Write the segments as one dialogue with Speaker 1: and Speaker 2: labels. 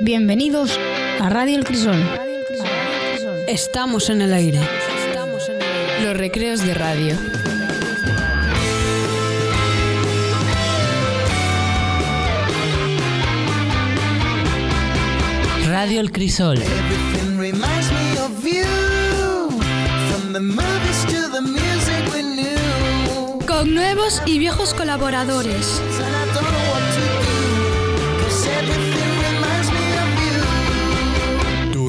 Speaker 1: Bienvenidos a Radio El Crisol.
Speaker 2: Estamos en el aire. Los recreos de radio.
Speaker 3: Radio El Crisol.
Speaker 4: Everything reminds me of you. From the movies to the music we knew.
Speaker 5: Con nuevos y viejos colaboradores.
Speaker 4: And I don't know what to do. 'cause everything reminds me of you.
Speaker 6: Tu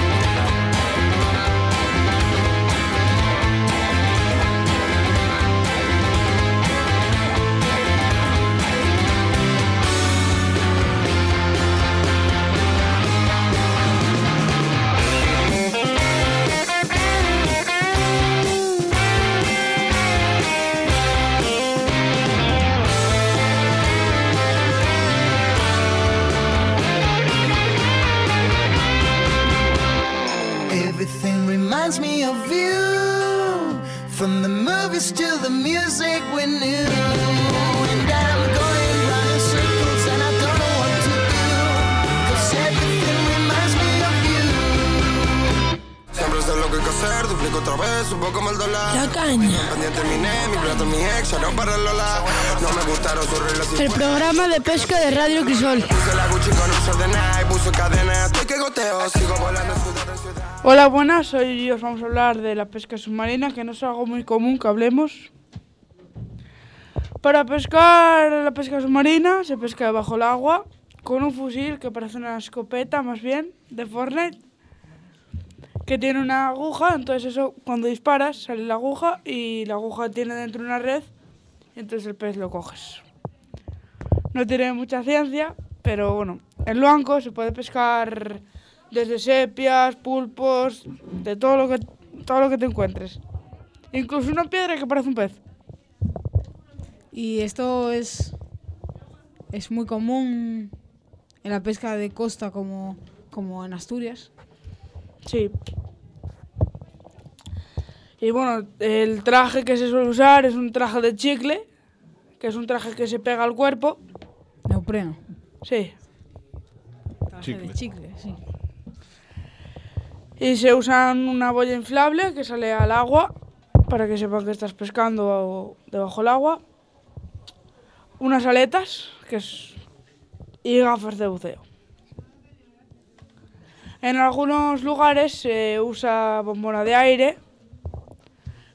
Speaker 4: Everything reminds me of you. From the movies to the music we knew. And I'm going round in circles and I don't know what to do. 'Cause everything reminds me of you.
Speaker 7: Siempre sé lo que hay que hacer, duplico otra vez, un poco mal dólar. La caña. Pendiente mi ne, mi plata, mi ex, ya no para el Lola. No me gustaron sus relaciones.
Speaker 1: El programa de pesca de Radio El Crisol.
Speaker 7: Puse la Gucci con un short de Nike, puse cadena, estoy que goteo, sigo volando ciudad en ciudad.
Speaker 8: Hola, buenas. Hoy os vamos a hablar de la pesca submarina, que no es algo muy común que hablemos. Para pescar la pesca submarina se pesca bajo el agua con un fusil que parece una escopeta más bien de Fortnite que tiene una aguja, entonces eso cuando disparas sale la aguja y la aguja tiene dentro una red, entonces el pez lo coges. No tiene mucha ciencia, pero bueno, en Luanco se puede pescar desde sepias, pulpos, de todo lo que todo lo que te encuentres. Incluso una piedra que parece un pez.
Speaker 9: Y esto es, es muy común en la pesca de costa como, como en Asturias.
Speaker 8: Sí. Y bueno, el traje que se suele usar es un traje de chicle, que es un traje que se pega al cuerpo.
Speaker 9: Neopreno.
Speaker 8: Sí.
Speaker 9: Traje de chicle, sí.
Speaker 8: Y se usan una boya inflable que sale al agua para que sepan que estás pescando o- debajo del agua. Unas aletas que es... y gafas de buceo. En algunos lugares se usa bombona de aire,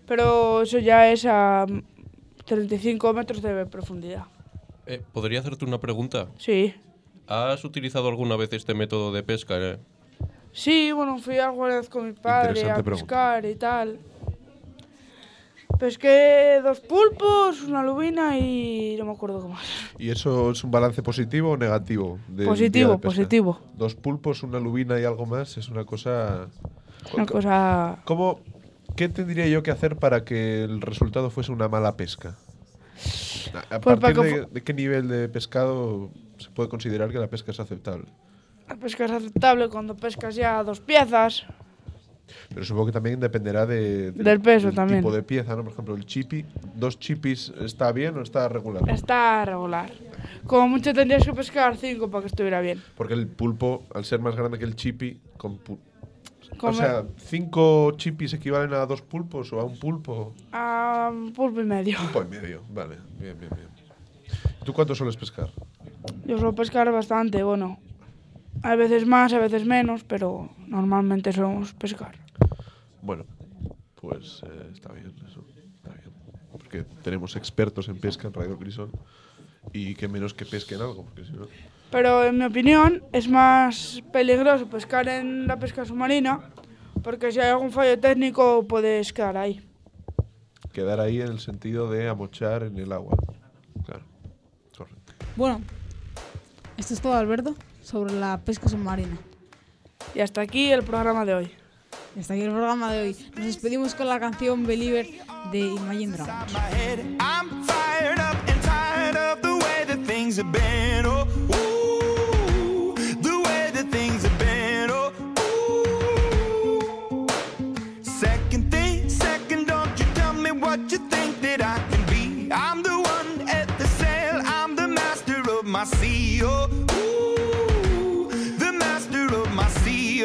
Speaker 8: pero eso ya es a 35 metros de profundidad.
Speaker 10: Eh, ¿Podría hacerte una pregunta?
Speaker 8: Sí.
Speaker 10: ¿Has utilizado alguna vez este método de pesca? eh?
Speaker 8: Sí, bueno, fui alguna vez con mi padre a
Speaker 11: Interesante pregunta.
Speaker 8: pescar y tal. Pesqué dos pulpos, una lubina y no me acuerdo qué más.
Speaker 11: ¿Y eso es un balance positivo o negativo? del día de
Speaker 8: positivo,
Speaker 11: pesca?
Speaker 8: positivo.
Speaker 11: Dos pulpos, una lubina y algo más es una cosa...
Speaker 8: Una cosa...
Speaker 11: ¿Cómo, ¿Qué tendría yo que hacer para que el resultado fuese una mala pesca? A- ¿A
Speaker 8: Pues para
Speaker 11: partir
Speaker 8: que
Speaker 11: de, de qué nivel de pescado se puede considerar que la pesca es aceptable?
Speaker 8: La pesca es aceptable cuando pescas ya dos piezas.
Speaker 11: Pero supongo que también dependerá de,
Speaker 8: Del peso también.
Speaker 11: tipo de pieza, ¿no? Por ejemplo, el chipi, dos chipis, ¿está bien o está regular?
Speaker 8: Está regular. Como mucho tendrías que pescar cinco para que estuviera bien.
Speaker 11: Porque el pulpo, al ser más grande que el chipi, con pu-
Speaker 8: Como
Speaker 11: o sea, cinco chipis equivalen a dos pulpos o a un pulpo.
Speaker 8: a un pulpo y medio.
Speaker 11: Pulpo y medio, vale, bien, bien, bien. ¿Tú cuánto sueles pescar?
Speaker 8: Yo suelo pescar bastante, bueno. A veces más, a veces menos, pero normalmente solemos pescar.
Speaker 11: Bueno, pues eh, está bien eso, está bien. Porque tenemos expertos en pesca en Radio Crisol y que menos que pesquen algo, porque si no...
Speaker 8: Pero en mi opinión es más peligroso pescar en la pesca submarina porque si hay algún fallo técnico puedes quedar ahí.
Speaker 11: Quedar ahí en el sentido de amochar en el agua. Claro, correcto.
Speaker 9: Bueno, esto es todo, Alberto, sobre la pesca submarina.
Speaker 8: Y hasta aquí el programa de hoy.
Speaker 9: Y Hasta aquí el programa de hoy. Nos despedimos con la canción Believer de Imagine Dragons.
Speaker 7: my head. I'm fired up and tired of the way that
Speaker 12: have been. Oh, ooh, the way that things have been. Oh, ooh. Second thing, second, don't you tell me what you think that I can be. I'm the one at the sail. I'm the master of my sea. Oh, ooh, the master of my sea.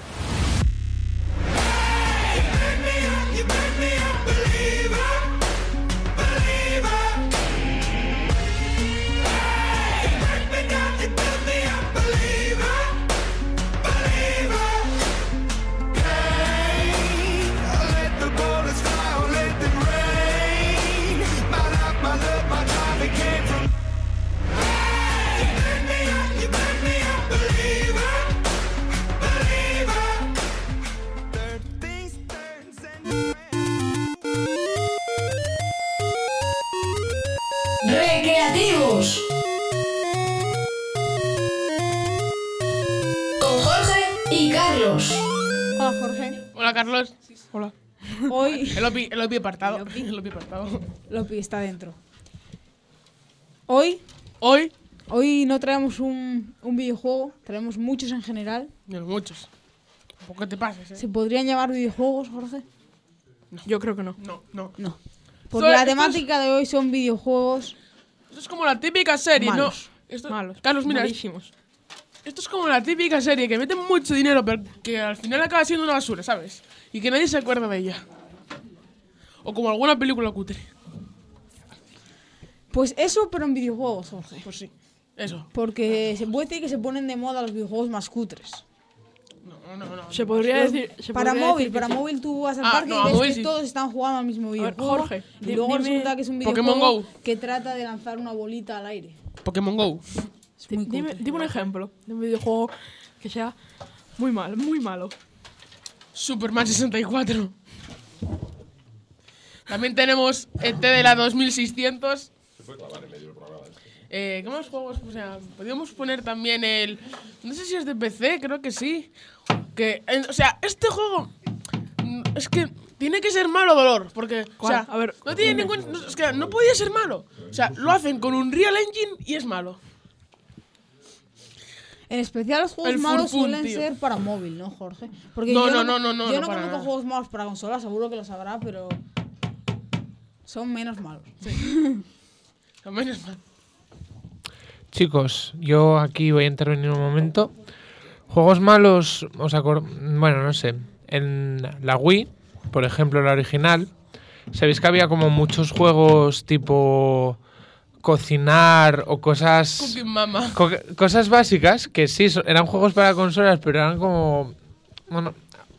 Speaker 13: Recreativos. Con Jorge y Carlos.
Speaker 14: Hola, Jorge. Hola, Carlos. Hola.
Speaker 9: Hoy.
Speaker 14: El Opi, el Opi apartado. El Opi, apartado.
Speaker 9: Lopi está dentro. Hoy.
Speaker 14: Hoy.
Speaker 9: Hoy no traemos un, un videojuego, traemos muchos en general.
Speaker 14: Muchos. Tampoco te pases, eh.
Speaker 9: ¿Se podrían llamar videojuegos, Jorge?
Speaker 14: Yo creo que no. No, no.
Speaker 9: No. Porque
Speaker 14: Son
Speaker 9: la
Speaker 14: estos-
Speaker 9: temática de hoy son videojuegos.
Speaker 14: Esto Pues es como la típica serie,
Speaker 9: Malos.
Speaker 14: ¿no? Esto- Carlos, mira. Esto es como la típica serie que meten mucho dinero, pero que al final acaba siendo una basura, ¿sabes? Y que nadie se acuerda de ella. O como alguna película cutre.
Speaker 9: Pues eso, pero en videojuegos, Jorge.
Speaker 14: Pues sí, eso.
Speaker 9: Porque se puede decir que se ponen de moda los videojuegos más cutres.
Speaker 14: No, no, no.
Speaker 8: Se podría
Speaker 9: Los-
Speaker 8: decir. se
Speaker 9: para
Speaker 8: podría
Speaker 9: móvil,
Speaker 8: decir que
Speaker 9: para
Speaker 8: sí.
Speaker 9: móvil tú vas al
Speaker 8: Ah,
Speaker 9: parque
Speaker 8: no,
Speaker 9: y
Speaker 8: a
Speaker 9: ves
Speaker 8: móvil
Speaker 9: que
Speaker 8: sí.
Speaker 9: todos están jugando al mismo videojuego.
Speaker 8: Jorge,
Speaker 9: y
Speaker 8: di-
Speaker 9: luego
Speaker 8: dime-
Speaker 9: resulta que es un
Speaker 14: Pokémon
Speaker 9: videojuego
Speaker 14: Go.
Speaker 9: que trata de lanzar una bolita al aire.
Speaker 14: Pokémon Go.
Speaker 9: muy
Speaker 8: Dime,
Speaker 9: cutre.
Speaker 8: dime un ejemplo de un videojuego que sea muy mal, muy malo.
Speaker 14: Superman 64. También tenemos ET de la 2600. Eh, ¿Qué más juegos? O sea, podríamos poner también el... No sé si es de PC, creo que sí. Que, en- o sea, este juego... mm, Es que tiene que ser malo, Dolor, porque... O sea,
Speaker 8: ¿Cuál? A ver,
Speaker 14: no tiene ningún... no- es que no podía ser malo. O sea, lo hacen con un Real Engine y es malo.
Speaker 9: En especial los juegos
Speaker 14: El
Speaker 9: malos
Speaker 14: Furfun,
Speaker 9: suelen
Speaker 14: tío.
Speaker 9: ser para móvil, ¿no, Jorge? Porque
Speaker 14: No,
Speaker 9: yo
Speaker 14: no, no, no, no,
Speaker 9: Yo
Speaker 14: no
Speaker 9: no,
Speaker 14: para
Speaker 9: conozco
Speaker 14: nada.
Speaker 9: juegos malos para consola, seguro que los habrá, pero son menos malos.
Speaker 14: También es malo.
Speaker 15: Chicos, yo aquí voy a intervenir un momento. Juegos malos, os acor- bueno, no sé. En la Wii, por ejemplo, la original, sabéis que había como muchos juegos tipo cocinar o cosas
Speaker 14: Cooking Mama.
Speaker 15: co- cosas básicas que sí so- eran juegos para consolas, pero eran como bueno,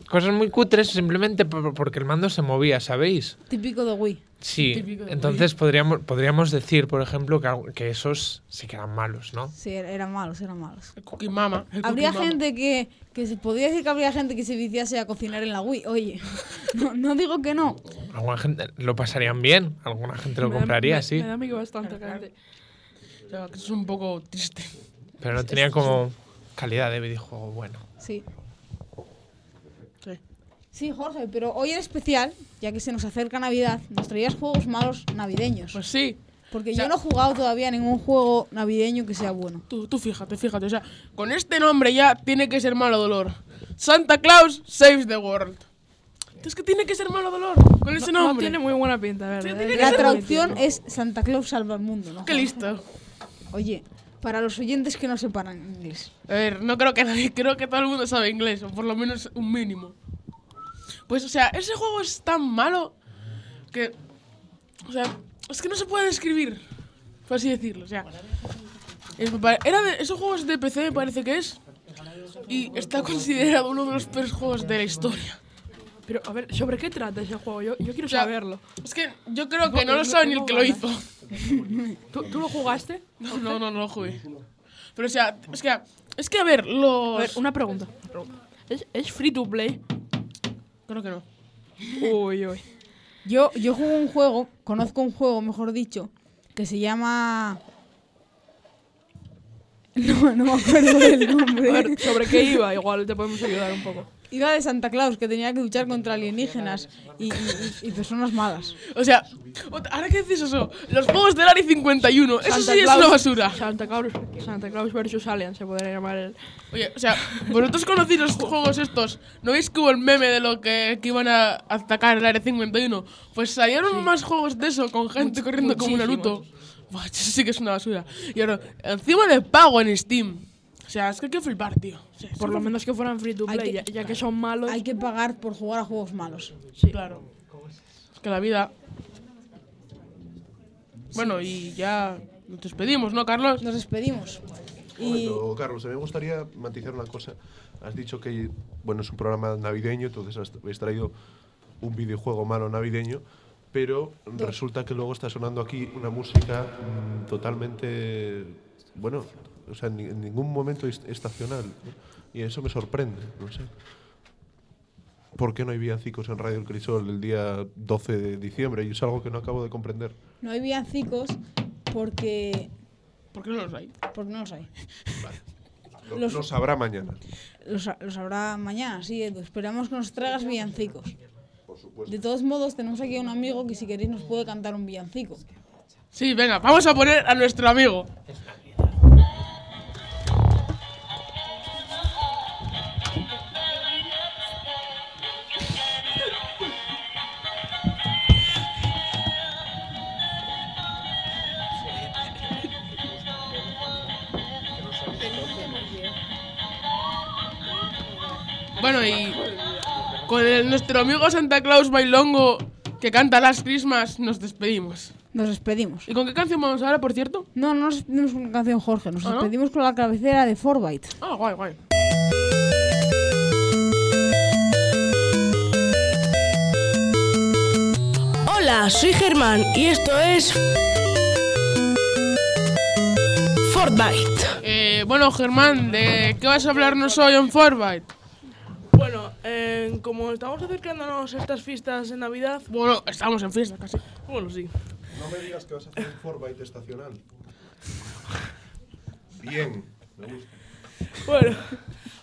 Speaker 15: cosas muy cutres simplemente por- porque el mando se movía, ¿sabéis?
Speaker 9: Típico de Wii.
Speaker 15: Sí.
Speaker 9: Típico de
Speaker 15: Entonces podríamos podríamos decir, por ejemplo, que, algu- que esos sí que eran malos, ¿no?
Speaker 9: Sí, er- eran malos, eran malos.
Speaker 14: Cooking Mama. el
Speaker 9: Habría
Speaker 14: Cooking Mama.
Speaker 9: gente que, que se podría decir que habría gente que se viciase a cocinar en la Wii. Oye, no, no digo que no.
Speaker 15: Alguna gente lo pasarían bien, alguna gente lo compraría, sí,
Speaker 8: Me da a mí que bastante gente.
Speaker 14: O sea, que es un poco triste.
Speaker 15: pero no tenía como calidad de videojuego bueno.
Speaker 9: Sí.
Speaker 14: Sí.
Speaker 9: Jorge, pero hoy en especial, ya que se nos acerca Navidad, nos traías juegos malos navideños.
Speaker 14: Pues sí.
Speaker 9: Porque yo no he jugado todavía ningún juego navideño que sea bueno.
Speaker 14: Tú, tú fíjate, fíjate. O sea, con este nombre ya tiene que ser malo dolor. Santa Claus saves the world. Es que tiene que ser malo dolor. Con ese
Speaker 8: No- no
Speaker 14: nombre.
Speaker 8: tiene muy buena pinta, la verdad.
Speaker 14: tiene que
Speaker 9: La
Speaker 14: ser
Speaker 9: traducción es Santa Claus salva el mundo, ¿no?
Speaker 14: Qué listo.
Speaker 9: Oye, para los oyentes que no separan inglés.
Speaker 14: A ver, no creo que nadie, creo que todo el mundo sabe inglés, o por lo menos un mínimo. Pues, o sea, ese juego es tan malo que. O sea, es que no se puede describir, por así decirlo. O sea, es- pa- era de, esos juegos de PC, me parece que es. Y está considerado uno de los peores juegos de la historia.
Speaker 8: Pero, a ver, ¿sobre qué trata ese juego? Yo, yo quiero
Speaker 14: O sea,
Speaker 8: saberlo.
Speaker 14: Es que yo creo que no lo sabe ni el que lo hizo.
Speaker 8: ¿Tú, tú lo jugaste?
Speaker 14: No, no, no, no lo jugué. Pero, o sea, es que, es que a ver, los.
Speaker 8: A ver, una pregunta. ¿Es, es free to play?
Speaker 14: Creo que no.
Speaker 8: Uy, uy.
Speaker 9: Yo, yo juego un juego, conozco un juego, mejor dicho, que se llama... No, no me acuerdo del nombre.
Speaker 16: A ver, ¿sobre qué iba? Igual te podemos ayudar un poco.
Speaker 9: Iba de Santa Claus, que tenía que luchar contra alienígenas y, y- y personas malas.
Speaker 14: O sea, ot- ahora que dices eso, los juegos del Ari 51, eso sí es una basura.
Speaker 16: Santa Claus, Santa Claus versus Alien se podría llamar el.
Speaker 14: Oye, o sea, vosotros conocéis los juegos estos. ¿No veis que hubo el meme de lo que, que iban a atacar el Área 51? Pues salieron más juegos de eso con gente
Speaker 16: Much-
Speaker 14: corriendo como
Speaker 16: muchísimos.
Speaker 14: Naruto. Buah, eso sí que es una basura. Y ahora, encima de pago en Steam. O sea, es que hay que flipar, tío. O sea, es
Speaker 16: Por
Speaker 14: que-
Speaker 16: lo menos que fueran free to
Speaker 14: Hay
Speaker 16: play,
Speaker 14: que-
Speaker 16: ya, ya que son malos.
Speaker 9: Hay que pagar por jugar a juegos malos.
Speaker 16: Sí,
Speaker 14: claro. Es que la vida. Bueno, y ya nos despedimos, ¿no, Carlos?
Speaker 9: Nos despedimos.
Speaker 11: Bueno, Carlos, a mí me gustaría matizar una cosa. Has dicho que, bueno, es un programa navideño, entonces has, habéis traído un videojuego malo navideño, pero resulta que luego está sonando aquí una música mm, totalmente, bueno, o sea, en, ni- en ningún momento est- estacional. ¿no? Y eso me sorprende, no sé. ¿Por qué no hay villancicos en Radio El Crisol el día 12 de diciembre? Y es algo que no acabo de comprender.
Speaker 9: No hay villancicos porque...
Speaker 14: ¿Por qué no los hay?
Speaker 9: Porque no los hay.
Speaker 11: Lo,
Speaker 9: Los-
Speaker 11: lo sabrá mañana.
Speaker 9: Los, ha- los habrá mañana, sí, Edu. Esperamos que nos traigas villancicos. De todos modos, tenemos aquí a un amigo que si queréis nos puede cantar un villancico.
Speaker 14: Sí, venga, vamos a poner a nuestro amigo. Bueno, y con el- nuestro amigo Santa Claus Bailongo, que canta Las Christmas, nos despedimos.
Speaker 9: Nos despedimos.
Speaker 14: ¿Y con qué canción vamos ahora, por cierto?
Speaker 9: No, no nos despedimos con canción Jorge, nos
Speaker 14: ¿Ah, no?
Speaker 9: despedimos con la cabecera de Forbite.
Speaker 14: Ah, guay, guay.
Speaker 1: Hola, soy Germán y esto es. Fortnite.
Speaker 14: Eh, bueno, Germán, ¿de qué vas a hablarnos hoy en Fortnite?
Speaker 8: Bueno, eh, como estamos acercándonos a estas fiestas de Navidad.
Speaker 14: Bueno, estamos en fiestas casi.
Speaker 8: Bueno, sí.
Speaker 11: No me digas que vas a hacer un Fortnite estacional. Bien, me gusta.
Speaker 8: Bueno,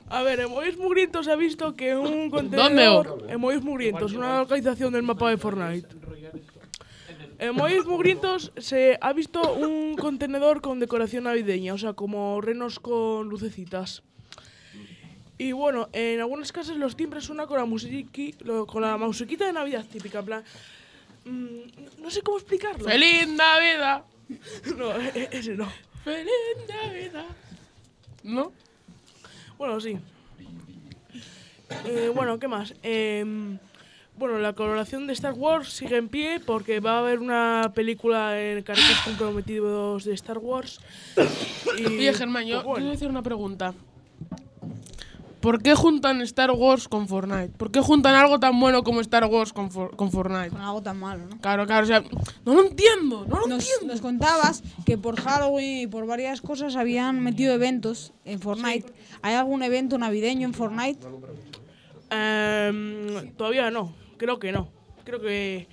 Speaker 8: a ver, Emojis Mugrientos ha visto que un contenedor. Emojis Mugrientos, una localización del mapa de Fortnite. Emojis Mugrientos se ha visto un contenedor con decoración navideña, o sea, como renos con lucecitas. Y bueno, en algunas casas los timbres suenan con la musiqui, lo- con la musiquita de Navidad típica, en plan. mm, no sé cómo explicarlo.
Speaker 14: ¡Feliz Navidad!
Speaker 8: No, e- ese no.
Speaker 14: ¡Feliz Navidad! ¿No?
Speaker 8: Bueno, sí. Eh, bueno, ¿qué más? Em, bueno, la coloración de Star Wars sigue en pie porque va a haber una película en Caracas comprometidos de Star Wars. Y,
Speaker 14: Oye, Germán, yo
Speaker 8: pues bueno,
Speaker 14: quiero hacer una pregunta. ¿Por qué juntan Star Wars con Fortnite? ¿Por qué juntan algo tan bueno como Star Wars con, For- con Fortnite? Con
Speaker 9: algo tan malo, ¿no?
Speaker 14: Claro, claro, o sea, no lo entiendo, no lo
Speaker 9: nos,
Speaker 14: entiendo.
Speaker 9: nos contabas que por Halloween y por varias cosas habían metido eventos en Fortnite. ¿Hay algún evento navideño en Fortnite?
Speaker 8: em, todavía no, creo que no. Creo que.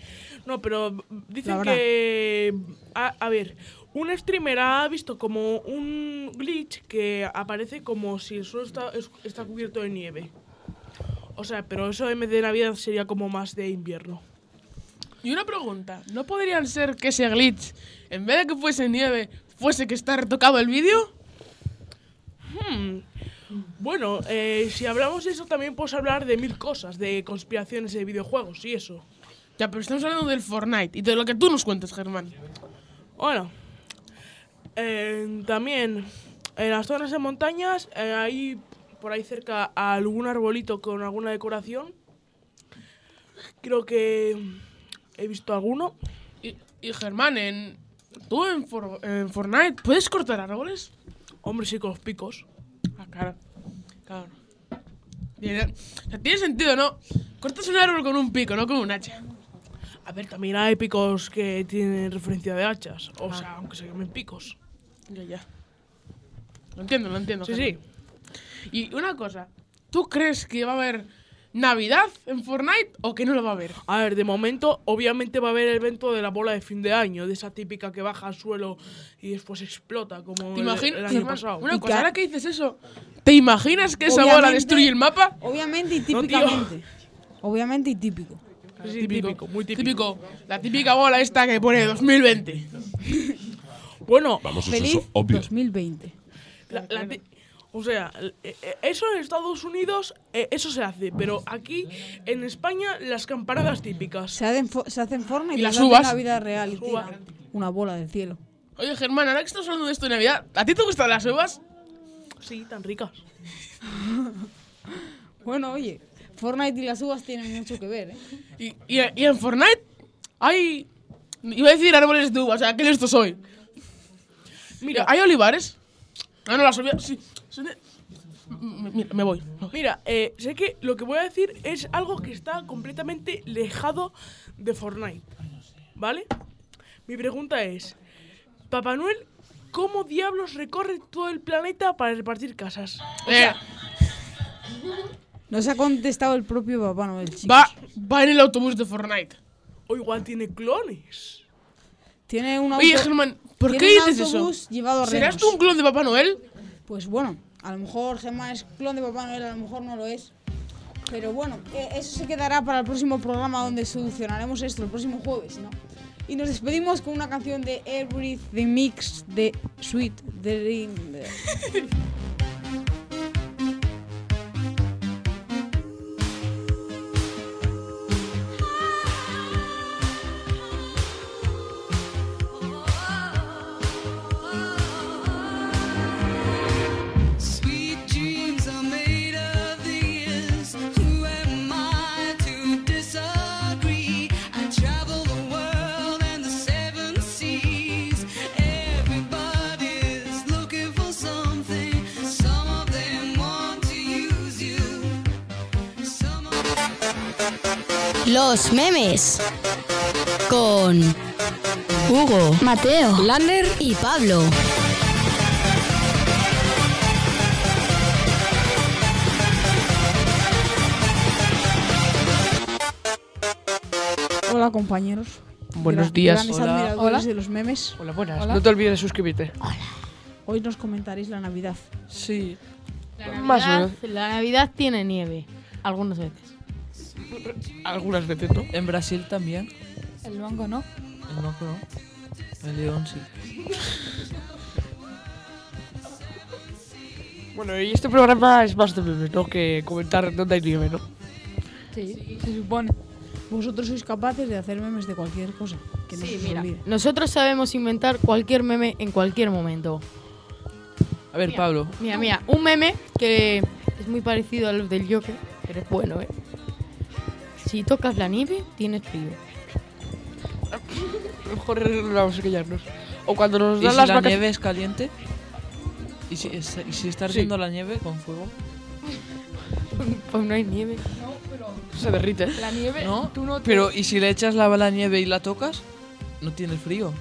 Speaker 8: No, pero dicen
Speaker 9: habrá.
Speaker 8: que. A, a ver, un streamer ha visto como un glitch que aparece como si el suelo está, es- está cubierto de nieve. O sea, pero eso en vez de Navidad sería como más de invierno.
Speaker 14: Y una pregunta, ¿no podrían ser que ese glitch, en vez de que fuese nieve, fuese que está retocado el vídeo?
Speaker 8: Hmm. Bueno, eh, si hablamos de eso también puedes hablar de mil cosas, de conspiraciones de videojuegos y eso.
Speaker 14: Ya, pero estamos hablando del Fortnite y de lo que tú nos cuentas, Germán.
Speaker 8: Bueno, eh, también en las zonas de montañas eh, hay por ahí cerca algún arbolito con alguna decoración. Creo que he visto alguno.
Speaker 14: Y, y Germán, en, tú en, For- en Fortnite, ¿puedes cortar árboles?
Speaker 8: Hombre, sí, con los picos.
Speaker 14: Ah, claro. Claro. Tiene, o sea, tiene sentido, ¿no? Cortas un árbol con un pico, no con un hacha.
Speaker 8: A ver, también hay picos que tienen referencia de hachas. O
Speaker 14: Ah.
Speaker 8: sea, aunque se llamen picos.
Speaker 14: Ya, ya. Lo entiendo, lo entiendo.
Speaker 8: Sí,
Speaker 14: Germán. Y una cosa, ¿tú crees que va a haber Navidad en Fortnite o que no lo va a haber?
Speaker 16: A ver, de momento, obviamente va a haber el evento de la bola de fin de año, de esa típica que baja al suelo y después explota, como
Speaker 14: ¿Te
Speaker 16: el-
Speaker 14: imaginas?
Speaker 16: el
Speaker 14: te
Speaker 16: año
Speaker 14: ima-
Speaker 16: pasado.
Speaker 14: Una cosa, ahora que dices eso, ¿te imaginas que esa bola
Speaker 9: Obviamente-
Speaker 14: destruye el mapa?
Speaker 9: Obviamente y
Speaker 14: No, tío.
Speaker 9: típicamente. obviamente y típico.
Speaker 14: Sí, típico, muy típico. La típica bola esta que pone 2020. bueno,
Speaker 17: Vamos,
Speaker 9: Feliz
Speaker 17: eso es obvio.
Speaker 9: 2020.
Speaker 16: La- la ti- o sea, l- eh, eh, eso en Estados Unidos, eh, eso se hace, pero aquí en España las campanadas típicas.
Speaker 9: Se hacen, fo- se hacen Fortnite
Speaker 14: Y las
Speaker 9: hacen
Speaker 14: uvas.
Speaker 9: en la vida real. y tiran Una bola del cielo.
Speaker 14: Oye, Germán, ahora que estamos hablando de esto de Navidad, ¿a ti te gustan las uvas?
Speaker 16: Sí, tan ricas.
Speaker 9: Bueno, oye, Fortnite y las uvas tienen mucho que ver, ¿eh?
Speaker 14: Y, y, y en Fortnite hay. Iba a decir árboles de uvas, o sea, qué listo soy. Mira, ¿hay olivares? Ah, no, las olvidas. Sí. son de- M- Mira, me voy.
Speaker 16: Mira, eh, sé que lo que voy a decir es algo que está completamente lejado de Fortnite. ¿Vale? Mi pregunta es, Papá Noel, ¿cómo diablos recorre todo el planeta para repartir casas? O
Speaker 14: Eh,
Speaker 16: sea,
Speaker 9: Nos ha contestado el propio Papá Noel, chicos.
Speaker 14: Va, va en el autobús de Fortnite.
Speaker 16: O igual tiene clones.
Speaker 9: Tiene un
Speaker 14: Oye,
Speaker 9: auto-
Speaker 14: Germán, ¿por
Speaker 9: tiene
Speaker 14: qué
Speaker 9: un
Speaker 14: dices eso?
Speaker 9: autobús llevado a
Speaker 14: ¿Serás
Speaker 9: Renos.
Speaker 14: tú un clon de Papá Noel?
Speaker 9: Pues bueno, a lo mejor Germán es clon de Papá Noel, a lo mejor no lo es. Pero bueno, eh, eso se quedará para el próximo programa donde solucionaremos esto, el próximo jueves, ¿no? Y nos despedimos con una canción de Everything Mix de Sweet Dream.
Speaker 18: Sweet dreams are made of these. Who am I to disagree? I travel the world and the seven seas. Everybody's looking for something. Some of them want to use you. Some
Speaker 2: Los memes. Con Hugo, Mateo, Lander y Pablo.
Speaker 9: Hola compañeros.
Speaker 19: Buenos
Speaker 9: Gran-
Speaker 19: días.
Speaker 9: grandes
Speaker 19: Hola.
Speaker 9: admiradores
Speaker 19: Hola.
Speaker 9: de los memes.
Speaker 19: Hola, buenas. No te olvides de suscribirte.
Speaker 9: Hoy nos comentaréis la Navidad.
Speaker 19: Sí.
Speaker 20: La
Speaker 19: Más o
Speaker 20: Navidad, la Navidad tiene nieve, algunas veces.
Speaker 19: Algunas veces, ¿no? En Brasil también.
Speaker 20: El banco no.
Speaker 19: En Moco no. En León sí. Bueno, y este programa es más de memes, ¿no? Que comentar dónde hay nieve, ¿no?
Speaker 9: Sí, se supone. Vosotros sois capaces de hacer memes de cualquier cosa. Que no se os
Speaker 20: mira.
Speaker 9: olvide.
Speaker 20: Nosotros sabemos inventar cualquier meme en cualquier momento.
Speaker 19: A ver, Pablo.
Speaker 20: Mira, mira, un meme que es muy parecido al del Joker, pero es bueno, ¿eh? Si tocas la nieve, tienes frío.
Speaker 19: Mejor no vamos a callarnos. O cuando nos
Speaker 20: ¿Y
Speaker 19: dan
Speaker 20: si
Speaker 19: las
Speaker 20: la
Speaker 19: vacaciones-
Speaker 20: nieve
Speaker 21: es caliente? ¿Y si, es- y si está
Speaker 19: Sí.
Speaker 21: ardiendo la nieve con fuego?
Speaker 20: Pues no hay nieve.
Speaker 19: No, pero. Se derrite.
Speaker 20: La nieve,
Speaker 19: ¿No?
Speaker 20: tú no te-
Speaker 21: Pero ¿y si le echas la la nieve y la tocas? No tienes frío.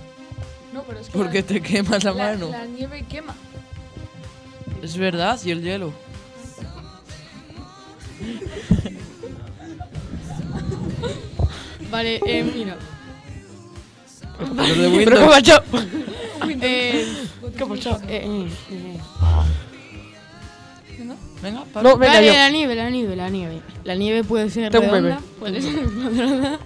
Speaker 20: No, pero es
Speaker 21: que Porque la- te quemas la la- mano. la
Speaker 20: nieve quema.
Speaker 21: Es verdad, y el hielo.
Speaker 20: Vale, eh, mira.
Speaker 21: Los de
Speaker 20: Pero
Speaker 21: Windows.
Speaker 20: ¿cómo ha hecho?
Speaker 21: Windows.
Speaker 20: Eh, ¿Cómo ha hecho? Eh, eh.
Speaker 21: Venga, Pablo.
Speaker 20: Vale, la nieve, la nieve, la nieve. La nieve puede ser
Speaker 19: Tengo un
Speaker 20: redonda,
Speaker 19: bebé.
Speaker 20: puede ser cuadrada.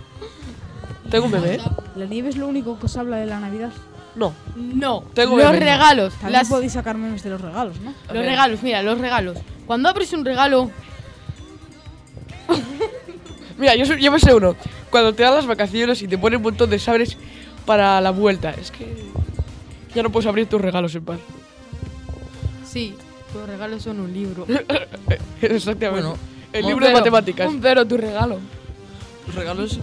Speaker 19: Tengo un bebé.
Speaker 9: La nieve es lo único que os habla de la Navidad.
Speaker 19: No.
Speaker 20: No.
Speaker 19: Tengo
Speaker 20: los
Speaker 19: bebé.
Speaker 20: regalos.
Speaker 9: También
Speaker 20: Las,
Speaker 9: podéis sacar memes de los regalos, ¿no?
Speaker 20: los regalos, mira, los regalos. Cuando abres un regalo,
Speaker 19: Mira, yo, soy- yo me sé uno. Cuando te dan las vacaciones y te ponen un montón de sabres para la vuelta. Es que. Ya no puedes abrir tus regalos en paz.
Speaker 20: sí, tus regalos son un libro.
Speaker 19: Exactamente.
Speaker 21: Bueno,
Speaker 19: el
Speaker 21: un
Speaker 19: libro de
Speaker 21: pero-
Speaker 19: matemáticas.
Speaker 20: un pero tu regalo.
Speaker 21: Tus regalos,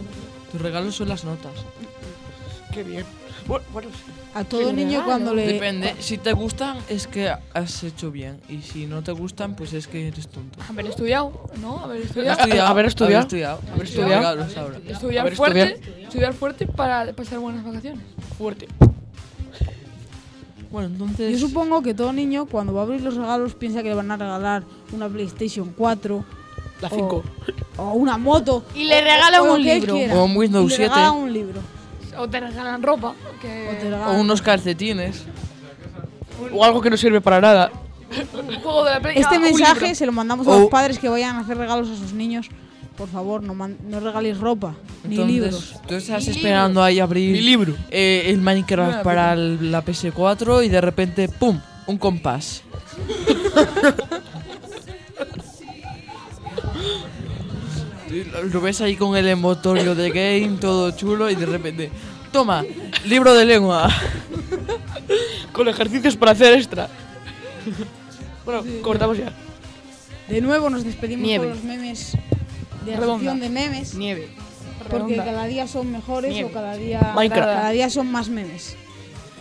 Speaker 21: tus regalos son las notas.
Speaker 19: Qué bien. Bueno, bueno,
Speaker 9: A todo niño cuando le.
Speaker 21: Depende.
Speaker 19: Eh,
Speaker 21: Si te gustan, es que has hecho bien. Y si no te gustan, pues es que eres tonto.
Speaker 8: Eh,
Speaker 20: Haber estudiado, ¿no? Haber
Speaker 21: estudiado. Estudiado,
Speaker 19: haber estudiado.
Speaker 21: haber estudiado.
Speaker 19: Haber
Speaker 21: Los
Speaker 19: estudiado.
Speaker 21: regalos ahora.
Speaker 22: Estudiar
Speaker 19: Haber
Speaker 22: fuerte,
Speaker 19: estudiado.
Speaker 22: estudiar fuerte para pasar buenas vacaciones.
Speaker 19: Fuerte.
Speaker 21: Bueno,
Speaker 9: Yo
Speaker 21: entonces.
Speaker 9: supongo que todo niño cuando va a abrir los regalos piensa que le van a regalar una PlayStation 4.
Speaker 19: La
Speaker 9: o-
Speaker 19: 5.
Speaker 9: o una moto.
Speaker 20: Y le regalan
Speaker 9: lo
Speaker 20: un
Speaker 9: que él
Speaker 20: libro.
Speaker 9: quiera.
Speaker 21: O un Windows
Speaker 9: Y le regalan
Speaker 21: 7.
Speaker 9: un libro.
Speaker 20: O te regalan ropa. que-
Speaker 21: O unos calcetines.
Speaker 19: O algo que no sirve para nada.
Speaker 20: Un juego de la Play.
Speaker 9: Este
Speaker 20: Ah, un libro.
Speaker 9: mensaje se lo mandamos a los
Speaker 20: Oh.
Speaker 9: padres que vayan a hacer regalos a sus niños. Por favor, no, man- no regaléis ropa ni
Speaker 21: Entonces,
Speaker 9: libros.
Speaker 21: Tú estás
Speaker 9: Ni
Speaker 21: esperando ahí abrir
Speaker 9: Mi libro.
Speaker 21: eh, el Minecraft
Speaker 9: Una
Speaker 21: para el- la PS4 y de repente, ¡pum! Un compás. Y lo- Lo ves ahí con el emotorio de game, todo chulo, y de repente, ¡toma! Libro de lengua.
Speaker 19: Con ejercicios para hacer extra. Bueno, cortamos ya.
Speaker 9: De nuevo nos despedimos
Speaker 19: Nieve.
Speaker 9: con los memes de la
Speaker 19: Redonda.
Speaker 9: sección de memes. Nieve. Porque
Speaker 20: Redonda.
Speaker 9: cada día son mejores
Speaker 20: Nieve.
Speaker 9: o cada día,
Speaker 20: Minecraft.
Speaker 9: cada día son más memes.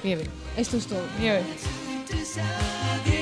Speaker 20: Nieve.
Speaker 9: Esto es todo.
Speaker 22: Nieve.
Speaker 18: Nieve.